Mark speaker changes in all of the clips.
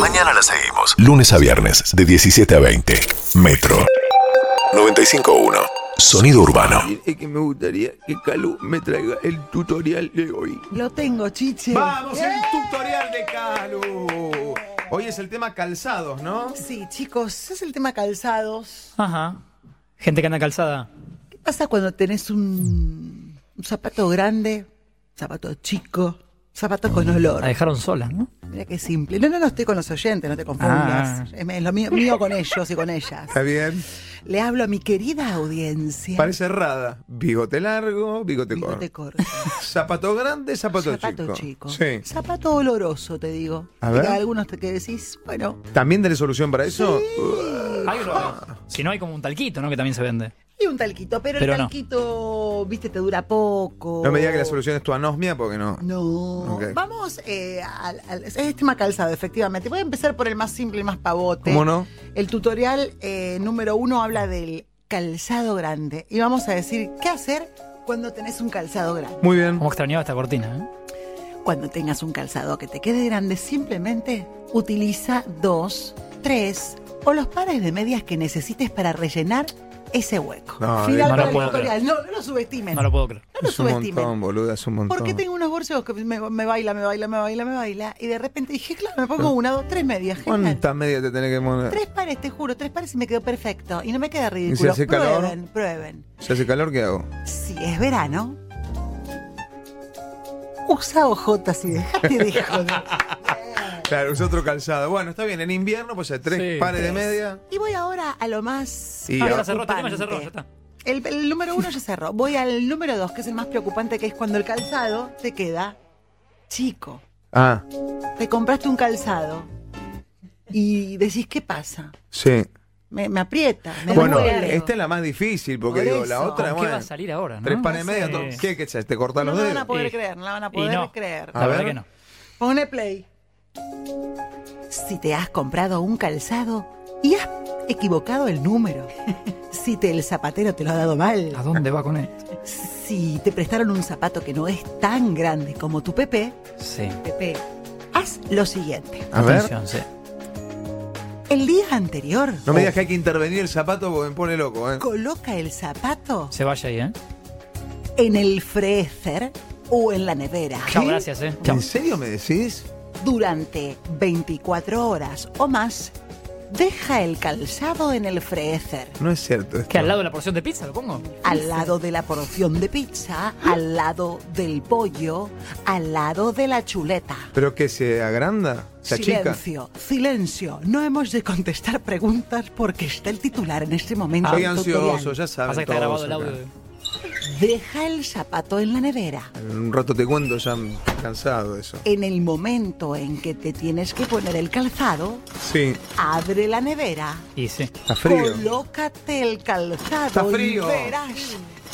Speaker 1: Mañana la seguimos. Lunes a viernes, de 17 a 20. Metro. 95.1. Sonido urbano.
Speaker 2: Es que me gustaría que Calu me traiga el tutorial de hoy.
Speaker 3: Lo tengo, chiche.
Speaker 4: Vamos, el tutorial de Calu. Hoy es el tema calzados, ¿no?
Speaker 3: Sí, chicos, es el tema calzados.
Speaker 5: Ajá. Gente que anda calzada.
Speaker 3: ¿Qué pasa cuando tenés un, un zapato grande, zapato chico, zapato con olor?
Speaker 5: La dejaron sola, ¿no?
Speaker 3: Mira qué simple. No, no, no estoy con los oyentes, no te confundas.
Speaker 5: Ah.
Speaker 3: Es es lo mío, mío con ellos y con ellas.
Speaker 4: Está bien.
Speaker 3: Le hablo a mi querida audiencia.
Speaker 4: Parece errada. Bigote largo, bigote
Speaker 3: Digo,
Speaker 4: corto.
Speaker 3: te corto.
Speaker 4: Zapato grande, zapato,
Speaker 3: Zapato
Speaker 4: chico.
Speaker 3: chico.
Speaker 4: Sí.
Speaker 3: Zapato oloroso, te digo.
Speaker 4: A
Speaker 3: Viste
Speaker 4: ver.
Speaker 3: que algunos te- que decís, bueno,
Speaker 4: ¿También tenés solución para eso?
Speaker 5: Hay uno- si no, hay como un talquito, ¿no? Que también se vende.
Speaker 3: hay un talquito, pero,
Speaker 5: Pero
Speaker 3: el
Speaker 5: no.
Speaker 3: talquito, viste, te dura poco.
Speaker 4: No me digas que la solución es tu anosmia, porque no.
Speaker 3: No.
Speaker 4: Ok.
Speaker 3: Vamos eh, al, al- es el tema calzado, efectivamente. Voy a empezar por el más simple y más pavote.
Speaker 4: ¿Cómo no?
Speaker 3: El tutorial eh, número uno habla del calzado grande. Y vamos a decir qué hacer cuando tenés un calzado grande.
Speaker 4: Muy bien.
Speaker 5: Como extrañaba esta cortina, ¿eh?
Speaker 3: Cuando tengas un calzado que te quede grande, simplemente utiliza dos, tres o los pares de medias que necesites para rellenar ese hueco.
Speaker 4: No,
Speaker 3: Final
Speaker 5: no
Speaker 3: para
Speaker 5: lo
Speaker 3: el
Speaker 5: puedo
Speaker 3: tutorial. No, no lo subestimen.
Speaker 5: No lo puedo creer.
Speaker 3: No lo
Speaker 4: Es un
Speaker 3: subestimen.
Speaker 4: montón, boluda, es un montón.
Speaker 3: Porque tengo unos bolsos que me, me baila, me baila, me baila, me baila. Y de repente dije, claro, me
Speaker 4: Ah.
Speaker 3: pongo una, dos, tres medias. genial.
Speaker 4: ¿Cuántas medias te tenés que poner?
Speaker 3: Tres pares, te juro, tres pares y me quedó perfecto. Y no me queda ridículo.
Speaker 4: hace calor?
Speaker 3: prueben, prueben.
Speaker 4: Si hace calor, ¿qué hago?
Speaker 3: Si es verano, usa ojotas y dejate de joder.
Speaker 4: Claro, usa otro calzado. Bueno, está bien, en invierno, pues hay tres Ah,
Speaker 5: Sí.
Speaker 4: pares de media.
Speaker 3: Y voy ahora a lo más.
Speaker 4: Y
Speaker 5: Ah,
Speaker 4: ahora-
Speaker 5: ya cerró, este tema ya cerró, ya
Speaker 3: preocupante.
Speaker 5: está.
Speaker 3: El, el número uno ya cerró. Voy al número dos, que es el más preocupante, que es cuando el calzado te queda chico.
Speaker 4: Ah,
Speaker 3: Te compraste un calzado y decís, ¿qué pasa?
Speaker 4: sí.
Speaker 3: Me, me aprieta. Me
Speaker 4: Bueno,
Speaker 3: duele.
Speaker 4: esta es la más difícil, porque
Speaker 3: Por
Speaker 4: digo, la
Speaker 3: eso.
Speaker 4: otra,
Speaker 5: ¿Con qué
Speaker 4: bueno,
Speaker 5: va a salir ahora, no?
Speaker 4: tres pares de
Speaker 5: No
Speaker 4: media,
Speaker 5: sé.
Speaker 4: to- ¿qué? ¿Qué? se- ¿Te cortan
Speaker 3: no
Speaker 4: los
Speaker 3: la
Speaker 4: dedos? Ah.
Speaker 3: van a poder
Speaker 5: Y-
Speaker 3: creer, no la van a
Speaker 5: y
Speaker 3: poder
Speaker 5: no.
Speaker 3: creer.
Speaker 4: A
Speaker 5: La verdad
Speaker 4: ver.
Speaker 5: que no.
Speaker 3: Pone play. Si te has comprado un calzado y has equivocado el número. si te, el zapatero te lo ha dado mal.
Speaker 4: Ah.
Speaker 5: ¿A dónde va con esto?
Speaker 3: Si te prestaron un zapato que no es tan grande como tu Pepe,
Speaker 5: Sí.
Speaker 3: Pepe, haz lo siguiente.
Speaker 4: A ver.
Speaker 5: Atención, sí.
Speaker 3: El día anterior,
Speaker 4: No me digas que hay que intervenir el zapato porque me pone loco, ¿eh?
Speaker 3: coloca el zapato
Speaker 5: Se vaya ahí, ¿eh?
Speaker 3: en el freezer o en la nevera
Speaker 5: Chao, gracias, ¿eh? Chao.
Speaker 4: ¿En serio me decís?
Speaker 3: durante 24 horas o más. Deja el calzado en el freezer,
Speaker 4: No es cierto esto.
Speaker 5: ¿Qué, al lado de la porción de pizza lo pongo?
Speaker 3: al lado de la porción de pizza, al lado del pollo, al lado de la chuleta.
Speaker 4: ¿Pero que se agranda? ¿Se achica?
Speaker 3: Silencio, silencio. No hemos de contestar preguntas porque está el titular en este momento.
Speaker 4: Soy
Speaker 3: del
Speaker 4: ansioso,
Speaker 3: tutorial.
Speaker 4: ya saben
Speaker 5: Ah, Pasa que está grabado
Speaker 4: todos
Speaker 5: el
Speaker 4: acá.
Speaker 5: audio.
Speaker 3: Deja el zapato en la nevera.
Speaker 4: En un rato te cuento, ya cansado de eso.
Speaker 3: En el momento en que te tienes que poner el calzado,
Speaker 4: Sí,
Speaker 3: abre la nevera,
Speaker 5: Y sí.
Speaker 4: está frío.
Speaker 3: colócate el calzado
Speaker 4: Está frío.
Speaker 3: y verás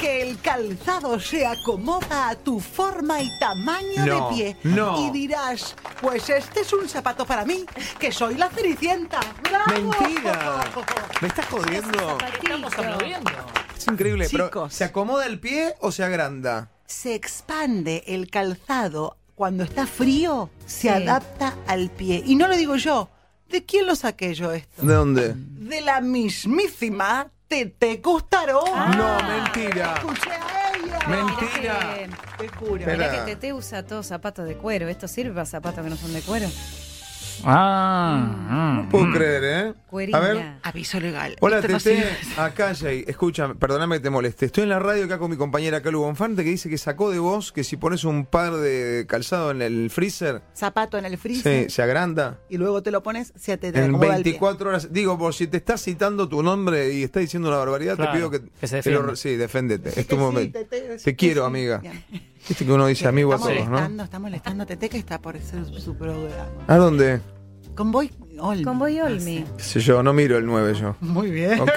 Speaker 3: que el calzado se acomoda a tu forma y tamaño
Speaker 4: No,
Speaker 3: de pie.
Speaker 4: no.
Speaker 3: Y dirás, pues este es un zapato para mí, que soy la Cenicienta. ¡Bravo!
Speaker 4: ¡Mentira! ¿Me estás jodiendo?
Speaker 5: Estamos aplaudiendo.
Speaker 4: Es increíble, pero
Speaker 3: Chicos.
Speaker 4: ¿se acomoda el pie o se agranda?
Speaker 3: se expande el calzado cuando está frío, se adapta al pie. Y no lo digo yo, ¿de quién lo saqué yo esto?
Speaker 4: ¿De dónde?
Speaker 3: De la mismísima Tete Custaró.
Speaker 5: Ah.
Speaker 4: Ah. No, mentira.
Speaker 3: Escuché a ella.
Speaker 4: Mentira.
Speaker 3: Te juro.
Speaker 4: Espera.
Speaker 6: Mirá que Tete usa todos zapatos de cuero. ¿Esto sirve para zapatos que no son de cuero?
Speaker 5: Ah.
Speaker 4: No puedo creer, ¿eh?
Speaker 6: Cuerina.
Speaker 4: A ver.
Speaker 3: Aviso legal.
Speaker 4: Hola,
Speaker 3: Esto no
Speaker 4: Tete.
Speaker 3: sirve.
Speaker 4: Acá, Jay. Escúchame, perdóname que te moleste. Estoy en la radio acá con mi compañera Calu Bonfante que dice que sacó de vos que si pones un par de calzado en el freezer,
Speaker 3: Zapato en el
Speaker 4: se,
Speaker 3: freezer.
Speaker 4: se agranda.
Speaker 3: Y luego te lo pones, se te, te
Speaker 4: En
Speaker 3: acomoda el pie.
Speaker 4: 24 horas. Digo, por si te estás citando tu nombre y estás diciendo una barbaridad,
Speaker 5: Claro,
Speaker 4: te pido que.
Speaker 5: que se
Speaker 4: te lo-
Speaker 5: defienda.
Speaker 4: sí, deféndete. Es
Speaker 3: Tete,
Speaker 4: tu
Speaker 3: sí,
Speaker 4: momento.
Speaker 3: Tete,
Speaker 4: Te
Speaker 3: sí,
Speaker 4: quiero,
Speaker 3: sí.
Speaker 4: amiga.
Speaker 3: Bien.
Speaker 4: Viste que uno dice amigo a
Speaker 3: Está
Speaker 4: todos,
Speaker 3: molestando,
Speaker 4: ¿no?
Speaker 3: está molestando a Tete que está por hacer su programa.
Speaker 4: ¿A dónde?
Speaker 3: Convoy Olmi. Ah,
Speaker 6: Convoy Olmi.
Speaker 4: Qué sé yo, no miro el 9 yo.
Speaker 3: Muy bien.
Speaker 4: Ok.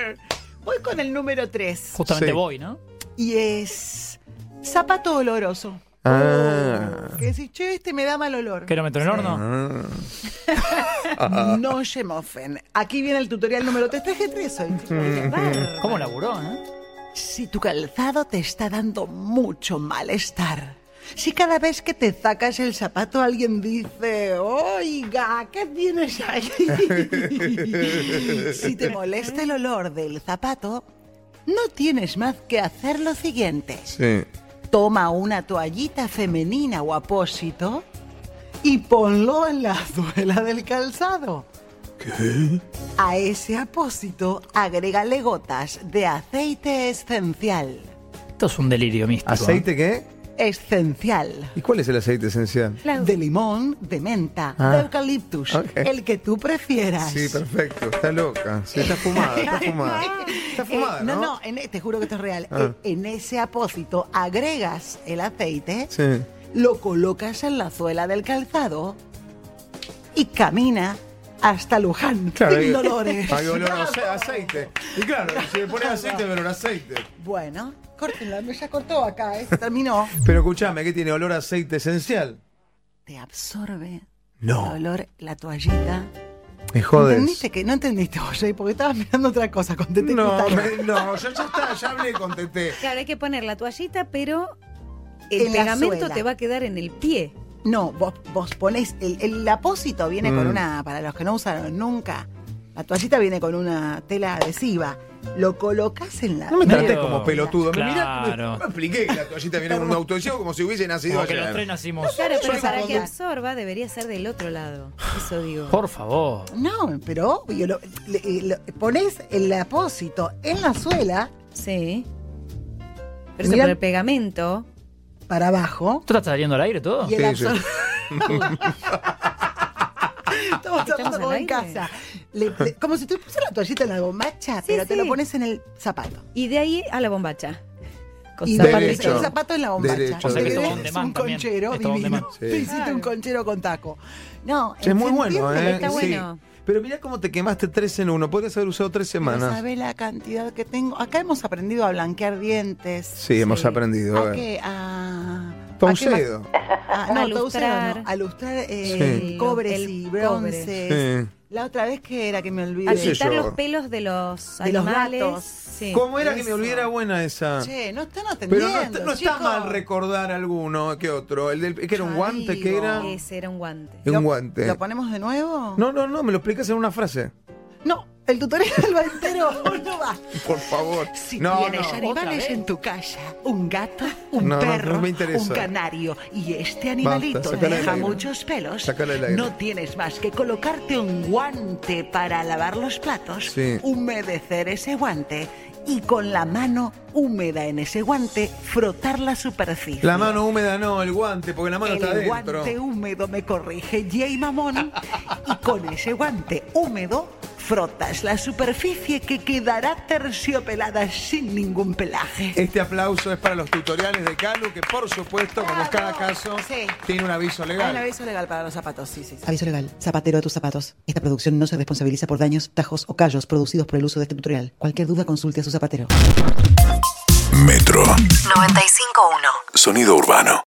Speaker 3: Voy con el número 3.
Speaker 5: Justamente
Speaker 4: Sí.
Speaker 5: voy, ¿no?
Speaker 3: Y es zapato oloroso.
Speaker 4: Ah.
Speaker 3: Que si che, este me da mal olor.
Speaker 5: ¿Que lo meto en el horno?
Speaker 4: Ah.
Speaker 3: No se mofen. Aquí viene el tutorial número 3. Traje 3 hoy,
Speaker 4: Mm.
Speaker 3: chicos.
Speaker 6: Bárbaro.
Speaker 5: ¿Cómo laburó, eh?
Speaker 3: Si tu calzado te está dando mucho malestar, Si cada vez que te sacas el zapato alguien dice, oiga, ¿qué tienes ahí? si te molesta el olor del zapato, no tienes más que hacer lo siguiente.
Speaker 4: Sí.
Speaker 3: Toma una toallita femenina o apósito y ponlo en la suela del calzado. A ese apósito agrégale gotas de aceite esencial.
Speaker 5: Esto es un delirio místico. ¿eh?
Speaker 4: ¿Aceite qué?
Speaker 3: Esencial.
Speaker 4: ¿Y cuál es el aceite esencial?
Speaker 3: De limón, de menta, de eucaliptus,
Speaker 4: Ah. ok.
Speaker 3: el que tú prefieras.
Speaker 4: Sí, perfecto. Está loca. Sí, está fumada, está fumada. Está
Speaker 3: Eh,
Speaker 4: fumada,
Speaker 3: no,
Speaker 4: ¿no?
Speaker 3: en- te juro que esto es real.
Speaker 4: Ah.
Speaker 3: Eh, En ese apósito agregas el aceite,
Speaker 4: Sí.
Speaker 3: lo colocas en la suela del calzado y camina hasta Luján sin
Speaker 4: hay-
Speaker 3: dolores.
Speaker 4: Hay olor a ace- aceite. Y claro, si le pones aceite, hay olor a aceite.
Speaker 3: Bueno, corten la mesa, cortó acá, ¿eh? terminó.
Speaker 4: Pero escúchame, ¿qué tiene olor a aceite esencial?
Speaker 3: Te absorbe
Speaker 4: No.
Speaker 3: el olor, la toallita.
Speaker 4: Me jodes.
Speaker 3: ¿Entendiste que? No entendiste, José, porque estabas mirando otra cosa con Tete
Speaker 4: No,
Speaker 3: Cutaro.
Speaker 4: me- no, ya, ya está, ya hablé con Tete.
Speaker 6: Claro, hay que poner la toallita, pero el
Speaker 3: En la
Speaker 6: pegamento
Speaker 3: suela.
Speaker 6: te va a quedar en el pie.
Speaker 3: No, vos, vos ponés. El, el apósito viene
Speaker 4: Mm.
Speaker 3: con una. Para los que no usaron nunca, la toallita viene con una tela adhesiva. Lo colocas en la.
Speaker 4: No me
Speaker 5: Medio-
Speaker 4: trates como pelotudo. Me
Speaker 5: Claro.
Speaker 4: Mirá, me, me expliqué que la toallita viene con un autodesivo como si hubiese nacido
Speaker 5: Como que los tres
Speaker 4: ayer.
Speaker 5: nacimos.
Speaker 6: Claro,
Speaker 3: Yo
Speaker 6: pero
Speaker 3: lo
Speaker 6: para
Speaker 3: pongo
Speaker 6: que
Speaker 3: acá.
Speaker 6: absorba debería ser del otro lado. Eso digo.
Speaker 5: Por favor.
Speaker 3: No, pero obvio. Lo, le- eh, lo- ponés el apósito en la suela
Speaker 6: Sí. Pero eso
Speaker 3: Mirá.
Speaker 6: por el pegamento.
Speaker 3: para abajo.
Speaker 5: ¿Tú estás saliendo al aire todo?
Speaker 3: Y el
Speaker 4: Ah, Sí, sí.
Speaker 3: absor- Estamos hablando
Speaker 6: al
Speaker 3: como en
Speaker 6: aire?
Speaker 3: casa. Le- le- como si tú pusieras la toallita en la bombacha, pero te
Speaker 6: sí.
Speaker 3: lo pones en el zapato.
Speaker 6: Y de ahí a la bombacha. Con
Speaker 3: Y
Speaker 6: zapato.
Speaker 3: zapatito,
Speaker 4: Derecho.
Speaker 3: un zapato en la bombacha.
Speaker 4: Derecho,
Speaker 5: O sea que
Speaker 3: Te
Speaker 5: esto va
Speaker 3: querés
Speaker 5: on
Speaker 3: un
Speaker 5: demand también.
Speaker 3: conchero
Speaker 5: Esto va on
Speaker 3: divino.
Speaker 4: demand.
Speaker 3: Te
Speaker 4: Sí.
Speaker 3: hiciste un
Speaker 6: Claro.
Speaker 3: conchero con taco. No,
Speaker 4: Che, es muy bueno,
Speaker 3: entiendo
Speaker 4: ¿eh?
Speaker 3: que
Speaker 6: está
Speaker 4: Sí.
Speaker 6: bueno.
Speaker 4: Pero mirá cómo te quemaste tres en uno. Podrías haber usado tres
Speaker 3: No
Speaker 4: semanas.
Speaker 3: sabes la cantidad que tengo. Acá hemos aprendido a blanquear dientes.
Speaker 4: Sí, hemos
Speaker 6: Sí.
Speaker 4: aprendido. eh.
Speaker 3: ¿A
Speaker 4: a ver.
Speaker 3: qué? A. a qué más-
Speaker 4: Paucedo.
Speaker 3: a- no,
Speaker 6: A
Speaker 3: Paucedo
Speaker 6: lustrar.
Speaker 3: no, A lustrar eh,
Speaker 4: Sí.
Speaker 3: cobres
Speaker 6: El
Speaker 3: y
Speaker 6: cobre.
Speaker 3: bronces.
Speaker 4: Sí.
Speaker 3: La otra vez que era que me olvidé.
Speaker 4: Qué sé
Speaker 6: Agitar
Speaker 4: yo.
Speaker 6: los pelos de los
Speaker 3: De los
Speaker 6: animales.
Speaker 3: gatos.
Speaker 6: Sí.
Speaker 4: ¿Cómo era que me
Speaker 3: eso.
Speaker 4: olvidara buena esa?
Speaker 3: Che, no están
Speaker 4: Pero
Speaker 3: atendiendo.
Speaker 4: no está, no está
Speaker 3: chicos.
Speaker 4: mal recordar alguno que otro. El del, que era un
Speaker 3: Ya
Speaker 4: guante,
Speaker 3: digo.
Speaker 4: que era.
Speaker 6: Ese era un guante.
Speaker 4: Un
Speaker 3: ¿Lo-
Speaker 4: guante.
Speaker 3: ¿Lo ponemos de nuevo?
Speaker 4: No, no, no, me lo explicas en una frase.
Speaker 3: No, el tutorial va entero. No va.
Speaker 4: Por favor.
Speaker 3: Si
Speaker 4: no,
Speaker 3: tienes
Speaker 4: no.
Speaker 3: animales en tu casa, un gato, un
Speaker 4: No, no,
Speaker 3: perro,
Speaker 4: no me interesa.
Speaker 3: un canario y este animalito
Speaker 4: Basta, sacala del
Speaker 3: deja
Speaker 4: aire.
Speaker 3: muchos pelos,
Speaker 4: Sacala del aire.
Speaker 3: no tienes más que colocarte un guante para lavar los platos,
Speaker 4: Sí.
Speaker 3: humedecer ese guante y con la mano húmeda en ese guante frotar la superficie.
Speaker 4: La mano húmeda no, el guante, porque la mano
Speaker 3: el
Speaker 4: está adentro.
Speaker 3: guante húmedo me corrige Jay Mamón y con ese guante húmedo frotas la superficie que quedará terciopelada sin ningún pelaje.
Speaker 4: Este aplauso es para los tutoriales de Calu, que por supuesto, como es cada caso,
Speaker 3: Sí.
Speaker 4: tiene un aviso legal.
Speaker 3: aviso legal para los zapatos, sí, sí.
Speaker 7: Aviso legal. Zapatero a tus zapatos. Esta producción no se responsabiliza por daños, tajos o callos producidos por el uso de este tutorial. Cualquier duda consulte a su zapatero.
Speaker 1: Metro. 95.1. Sonido urbano.